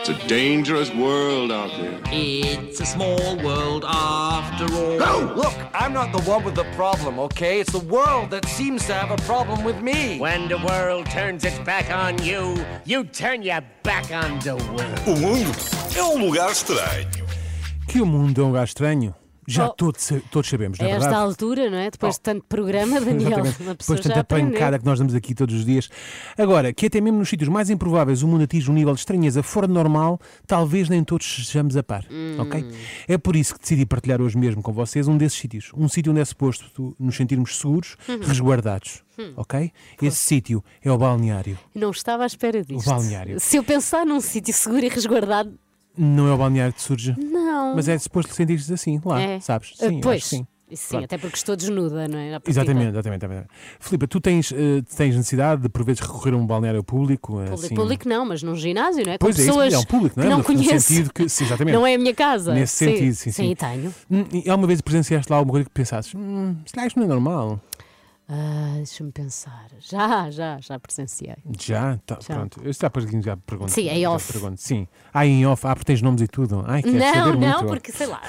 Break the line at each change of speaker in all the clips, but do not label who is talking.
It's a dangerous world out there.
It's a small world after all.
Look, I'm not the one with the problem, okay? It's the world that seems to have a problem with me.
When the world turns its back on you, you turn your back on the world.
O mundo é um lugar estranho.
Que o mundo é um lugar estranho. Já
Oh.
todos, sa- todos sabemos,
A
não é
esta
verdade? Oh.
altura, não é? Depois de tanto programa, Daniel,
Exatamente.
uma pessoa
Depois
já
tanta
aprendeu.
pancada que nós damos aqui todos os dias. Agora, que até mesmo nos sítios mais improváveis o mundo atinge um nível de estranheza fora de normal, talvez nem todos estejamos a par.
Hum.
ok? É por isso que decidi partilhar hoje mesmo com vocês um desses sítios. Um sítio onde é suposto tu- nos sentirmos seguros,
Hum.
resguardados. Ok? Esse sítio é o balneário.
Não estava à espera disto.
balneário.
Se eu pensar num sítio seguro e resguardado,
Não é o balneário que surge,
não.
mas é suposto sentir-te assim, lá,
É.
sabes?
Ah,
Sim, eu
pois.
acho que sim.
Isso sim,
Pronto.
até porque estou desnuda, não é? À partida.
Exatamente, exatamente, exatamente. Filipe, tu tens, eh, tens necessidade de, por vezes, recorrer a um balneário público?
Público,
assim...
público não, mas num ginásio, não é? Com
Pois é, isso,
pessoas
é um público, não é?
que não
No- no
conheço.
sentido que- sim, exatamente.
Não é a minha casa.
Nesse
sim.
sentido, sim, sim.
tenho.
Hum, E alguma vez presenciaste lá alguma coisa que pensasses, hum, será que isto não é normal?
Ah, Deixa-me pensar. Já, já, já presenciei.
Já? Tá,
Já.
Pronto, eu já, depois já pergunto.
Sim, é em
já
off.
Pergunto. Sim. Ah, em off, ah, porque tens nomes e tudo. Ai, quero
não,
saber
não,
muito.
porque sei lá,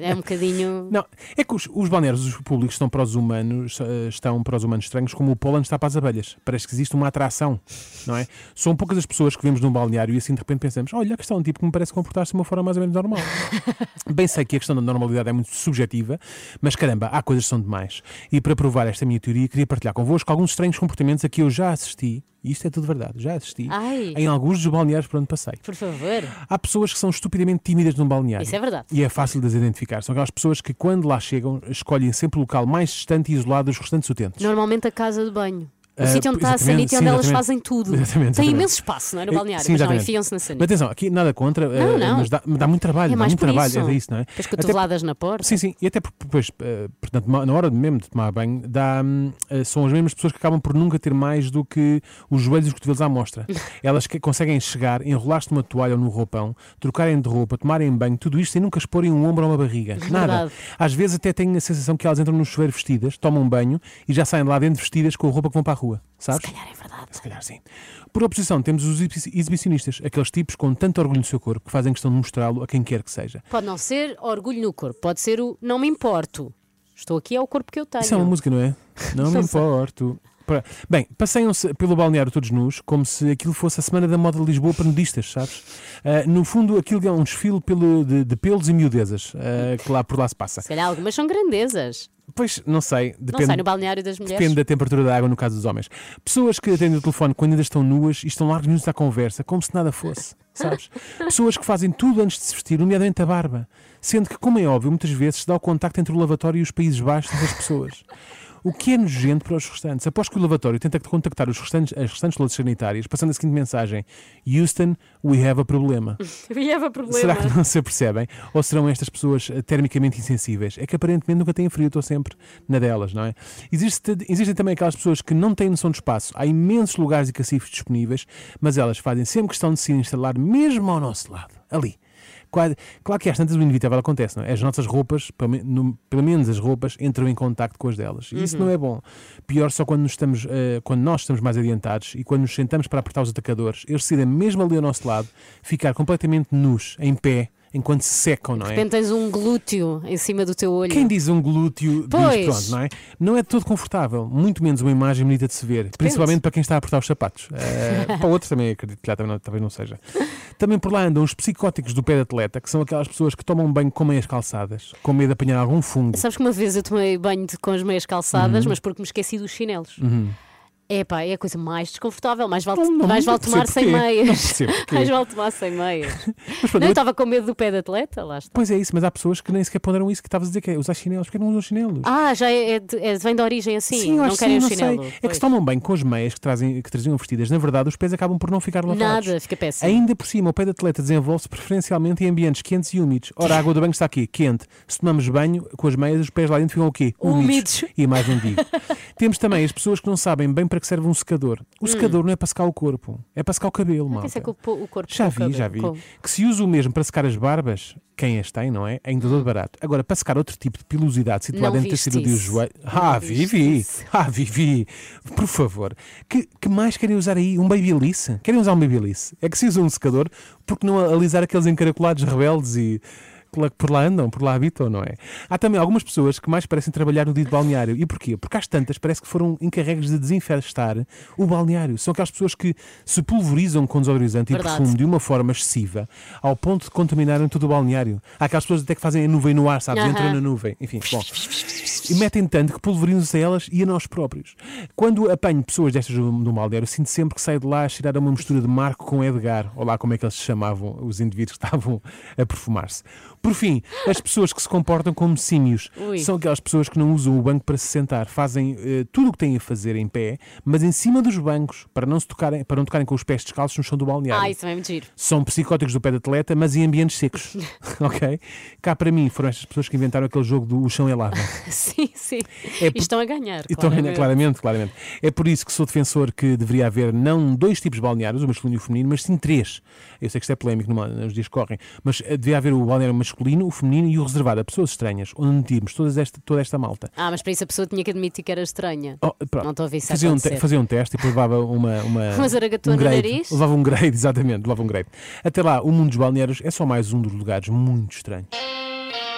é um bocadinho.
Não, é que os, os balneários os públicos estão para os humanos, eh, estão para os humanos estranhos como o pólen está para as abelhas. Parece que existe uma atração, não é? São poucas as pessoas que vemos num balneário e assim de repente pensamos, olha, que está um tipo que me parece comportar-se de uma forma mais ou menos normal. Bem sei que a questão da normalidade é muito subjetiva, mas caramba, há coisas que são demais. E para provar esta minha teoria, queria partilhar convosco alguns estranhos comportamentos a que eu já assisti, e isto é tudo verdade, já assisti,
Ai.
em alguns dos balneários por onde passei.
Por favor.
Há pessoas que são estupidamente tímidas num balneário.
Isso é verdade.
E é fácil de as identificar. São aquelas pessoas que, quando lá chegam, escolhem sempre o local mais distante e isolado dos restantes utentes.
Normalmente a casa de banho. O
Ah,
sítio onde está a
exatamente,
sanita e
sim,
onde elas
exatamente.
fazem tudo.
Exatamente,
Tem
exatamente.
imenso espaço, não é? No
Eh,
balneário,
sim,
mas não
exatamente.
enfiam-se na sanita.
Mas atenção, aqui nada contra,
Não,
eh,
não.
mas dá, dá muito trabalho,
É
dá
mais
muito
por
trabalho,
isso.
é isso, não é?
Depois
Até
cotoveladas na porta.
Sim, sim, e até porque, pois, eh, portanto, ma- na hora mesmo de tomar banho, dá, hum, eh, são as mesmas pessoas que acabam por nunca ter mais do que os joelhos e os cotovelos à mostra. Elas que conseguem chegar, enrolar-se numa toalha ou num roupão, trocarem de roupa, tomarem banho, tudo isto sem nunca exporem um ombro ou uma barriga. Nada.
Verdade.
Às vezes até tenho a sensação que elas entram no chuveiro vestidas, tomam banho e já saem de lá dentro vestidas com a roupa que vão para a rua, sabes?
Se calhar é verdade.
Se calhar sim. Por oposição, temos os exibi- exibicionistas, aqueles tipos com tanto orgulho no seu corpo que fazem questão de mostrá-lo a quem quer que seja.
Pode não ser orgulho no corpo, pode ser o não me importo. Estou aqui, é o corpo que eu tenho.
Isso é uma música, não é? Não me
Não sei.
importo. Pra- Bem, passeiam-se pelo balneário todos nus, como se aquilo fosse a Semana da Moda de Lisboa para nudistas, sabes? Ah, no fundo, aquilo é um desfile pelo- de, de pelos e miudezas ah, que lá por lá se passa.
Se calhar algumas são grandezas.
Pois, não sei,
Não sei,
depende,
no balneário das mulheres.
depende da temperatura da água no caso dos homens. Pessoas que atendem o telefone quando ainda estão nuas e estão largos minutos à conversa, como se nada fosse, sabes? Pessoas que fazem tudo antes de se vestir, nomeadamente a barba, sendo que, como é óbvio, muitas vezes se dá o contacto entre o lavatório e os países baixos das pessoas. O que é nojento para os restantes? Após que o lavatório tenta contactar os restantes, as restantes lojas sanitárias, passando a seguinte mensagem: Houston, we have a problema.
E é problema.
Será que não se apercebem? Ou serão estas pessoas eh, termicamente insensíveis? É que aparentemente nunca têm frio, estou sempre na delas, não é? Existe- existem também aquelas pessoas que não têm noção de espaço. Há imensos lugares e cacifes disponíveis, mas elas fazem sempre questão de se instalar mesmo ao nosso lado, ali. Quase- Claro que às tantas o inevitável acontece, não é? As nossas roupas, pelo, men- no- pelo menos as roupas, entram em contacto com as delas. E isso não é bom. Pior só quando, nos estamos, eh, quando nós estamos mais adiantados e quando nos sentamos para apertar os atacadores, eles decidem mesmo ali ao nosso lado ficar completamente nus, em pé, enquanto se secam, não
De
é?
repente tens um glúteo em cima do teu olho.
Quem diz um glúteo
Pois.
diz pronto, não é? Não é de todo confortável, muito menos uma imagem bonita de se ver, principalmente para quem está a apertar os sapatos. Eh, para outros também acredito que já também não- talvez não seja. Também por lá andam os psicóticos do pé de atleta, que são aquelas pessoas que tomam banho com meias calçadas, com medo de apanhar algum fungo.
Sabes que uma vez eu tomei banho de- com as meias calçadas,
Uhum.
mas porque me esqueci dos chinelos. É pá, é a coisa mais desconfortável. Mais vale,
Não, não,
mais vale
não percebo
tomar sem
porquê.
meias.
Não percebo porquê.
mais vale tomar sem meias.
Mas pronto,
Não, eu
eu-
estava com medo do pé de atleta, lá está.
Pois é isso, mas há pessoas que nem sequer ponderam isso que estavas a dizer que é usar chinelos, porque não usam chinelos.
Ah, já é, é de- é- vem da origem assim.
eu
não
acho que
querem
sim,
o
não
chinelo.
sei. É que
Pois.
se tomam bem com as meias que, trazem, que traziam vestidas, na verdade os pés acabam por não ficar lavados.
Nada, fica péssimo.
Ainda por cima, o pé de atleta desenvolve-se preferencialmente em ambientes quentes e úmidos. Ora, a água do banho está aqui, quente. Se tomamos banho com as meias, os pés lá dentro ficam o quê?
Úmidos.
um E mais não digo. Temos também as pessoas que não sabem bem para para que serve um secador? O
Hum.
secador não é para secar o corpo, é para secar o cabelo, malta.
Pensei que o, po- o corpo
Já
com o
vi,
cabelo.
já vi.
Com-
Que se usa o mesmo para secar as barbas, quem as tem, não é? Ainda dor barato. Agora, para secar outro tipo de pilosidade situada
Não
entre a
viste
cirurgia e o
isso.
joelho. Ah,
Não
vi,
viste
vi.
isso.
Ah, Vivi, por favor, que, que mais querem usar aí? Um babyliss? Querem usar um babyliss? É que se usa um secador, porque não alisar aqueles encaracolados rebeldes e que lá- por lá andam, por lá habitam, não é? Há também algumas pessoas que mais parecem trabalhar no dia de balneário. E porquê? Porque às tantas parece que foram encarregues de desinfestar o balneário. São aquelas pessoas que se pulverizam com desodorizante e
Verdade.
perfume de uma forma excessiva ao ponto de contaminarem todo o balneário. Há aquelas pessoas até que fazem a nuvem no ar, sabes?
Aham.
Entram na nuvem. Enfim, bom e metem tanto que pulverizam-se a elas e a nós próprios. Quando apanho pessoas destas do do Maldeiro, sinto sempre que saio de lá a cheirar a uma mistura de Marco com Edgar, ou lá como é que eles se chamavam, os indivíduos que estavam a perfumar-se. Por fim, as pessoas que se comportam como símios
Ui.
são aquelas pessoas que não usam o banco para se sentar, fazem eh, tudo o que têm a fazer em pé, mas em cima dos bancos, para não, se tocarem, para não tocarem com os pés descalços no chão do balneário
Ah, isso vai me giro.
são psicóticos do pé de atleta, mas em ambientes secos. ok? Cá para mim foram estas pessoas que inventaram aquele jogo do o chão é lava.
Sim, sim.
É
E
por-
estão a ganhar.
E estão a ganhar,
claramente.
claramente, claramente. É por isso que sou defensor que deveria haver não dois tipos de balneários, o masculino e o feminino, mas sim três. Eu sei que isto é polémico numa- nos dias que correm, mas eh, devia haver o balneário masculino, o feminino e o reservado a pessoas estranhas, onde metíamos todas esta, toda esta malta.
Ah, mas para isso a pessoa tinha que admitir que era estranha.
Oh, pronto.
Não estou a ver isso
fazia um, te-
acontecer.
fazia um teste e depois levava uma. Uma,
Uma zaragatua no
grade.
nariz?
Levava um grade, exatamente, levava um grade. Até lá, o mundo dos balneários é só mais um dos lugares muito estranhos.